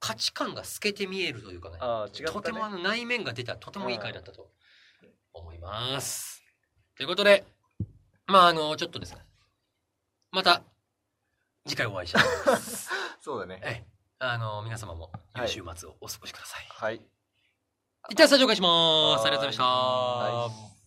Speaker 1: 価値観が透けて見えるというかね
Speaker 2: あー、違ったね。
Speaker 1: とてもあの内面が出たとてもいい回だったと思います。ということでまああのちょっとですねまた次回お会いし
Speaker 2: [LAUGHS]
Speaker 1: ましょう。
Speaker 2: そうだね。
Speaker 1: ええあの皆様も良い週末をお過ごしください。
Speaker 2: はい。
Speaker 1: 一旦スタジオお返しまーす。ありがとうございました。
Speaker 2: は
Speaker 3: あ
Speaker 2: い
Speaker 3: ー